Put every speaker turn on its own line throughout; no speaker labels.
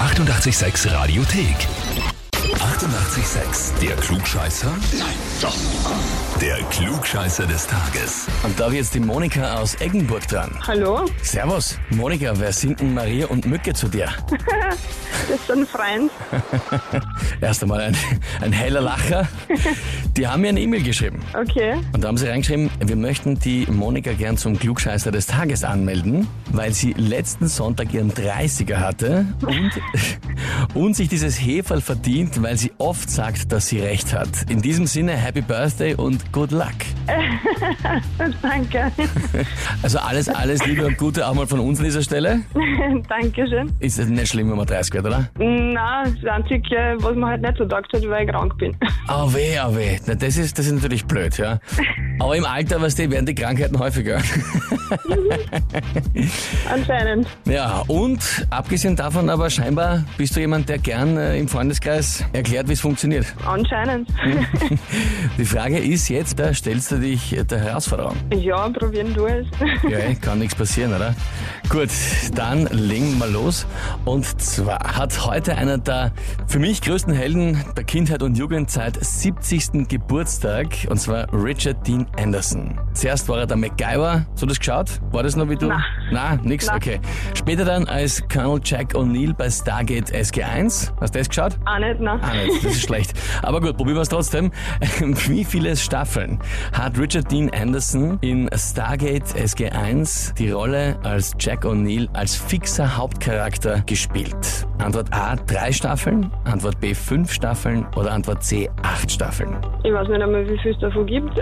886 Radiothek. 88,6. Der Klugscheißer? Nein, doch. Der Klugscheißer des Tages.
Und da habe ich jetzt die Monika aus Eggenburg dran.
Hallo,
Servus. Monika, wer sind denn Maria und Mücke zu dir?
das sind Freund.
Erst einmal ein, ein heller Lacher. Die haben mir eine E-Mail geschrieben.
Okay,
Und da haben sie reingeschrieben, wir möchten die Monika gern zum Klugscheißer des Tages anmelden, weil sie letzten Sonntag ihren 30er hatte und, und sich dieses Heferl verdient, weil sie oft sagt, dass sie recht hat. In diesem Sinne, Happy Birthday und good luck.
danke.
Also alles, alles Liebe und Gute auch mal von uns an dieser Stelle.
Dankeschön.
Ist es nicht schlimm, wenn man 30 wird, oder?
Na, das Einzige, was man halt nicht so gesagt hat, weil ich krank bin.
Oh weh, oh weh. Na, das ist, das ist natürlich blöd, ja. Aber im Alter, weißt du, werden die Krankheiten häufiger.
Anscheinend.
Ja, und abgesehen davon aber scheinbar bist du jemand, der gern äh, im Freundeskreis erklärt, wie es funktioniert.
Anscheinend.
Die Frage ist jetzt, da stellst du dich äh, der Herausforderung.
Ja, probieren du es.
Ja, eh, kann nichts passieren, oder? Gut, dann legen wir mal los. Und zwar hat heute einer der für mich größten Helden der Kindheit und Jugendzeit 70. Geburtstag, und zwar Richard Dean Anderson. Zuerst war er der MacGyver, so das geschaut? War das noch wie du?
Na.
Na, nix?
Na.
Okay. Später dann als Colonel Jack O'Neill bei Stargate SG1. Hast du das geschaut?
Auch nicht, ne?
Ah, nein, das ist schlecht. Aber gut, probieren wir es trotzdem. Wie viele Staffeln hat Richard Dean Anderson in Stargate SG1 die Rolle als Jack O'Neill als fixer Hauptcharakter gespielt? Antwort A, drei Staffeln, Antwort B, fünf Staffeln oder Antwort C, acht Staffeln?
Ich weiß nicht einmal, wie viel es davon gibt.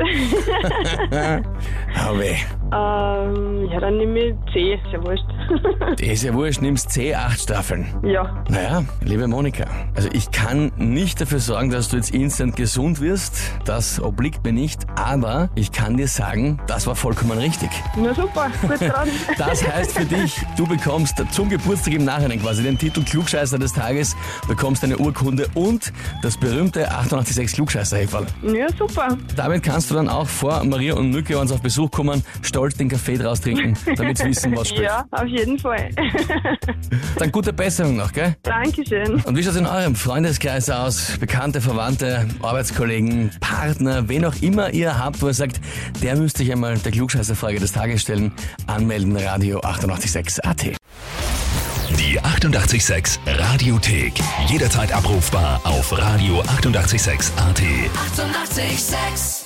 Oh weh.
ähm, ja, dann nehme ich C, ist ja wurscht.
Das ist ja wurscht, nimmst C, acht Staffeln.
ja,
Naja, liebe Monika, also ich kann nicht dafür sorgen, dass du jetzt instant gesund wirst. Das obliegt mir nicht, aber ich kann dir sagen, das war vollkommen richtig.
na super, gut dran.
Das heißt für dich, du bekommst zum Geburtstag im Nachhinein quasi den Titel Klugscheißer des Tages, bekommst eine Urkunde und das berühmte 886 klugscheißer -Häferl.
ja, super.
Damit kannst du dann auch vor Maria und Mücke, wenn sie auf Besuch kommen, stolz den Kaffee draus trinken, damit sie wissen, was spielt.
Ja, auf jeden Fall.
Dann gute Besserung noch, gell?
Dankeschön.
Und wie schaut's in eurem Freundeskreis aus? Bekannte, Verwandte, Arbeitskollegen, Partner, wen auch immer ihr habt, wo ihr sagt, der müsste ich einmal der Klugscheißerfrage des Tages stellen, anmelden, Radio 886 AT.
Die 88,6 Radiothek. Jederzeit abrufbar auf radio886.at. 88,6.
Eighty-eight, sex.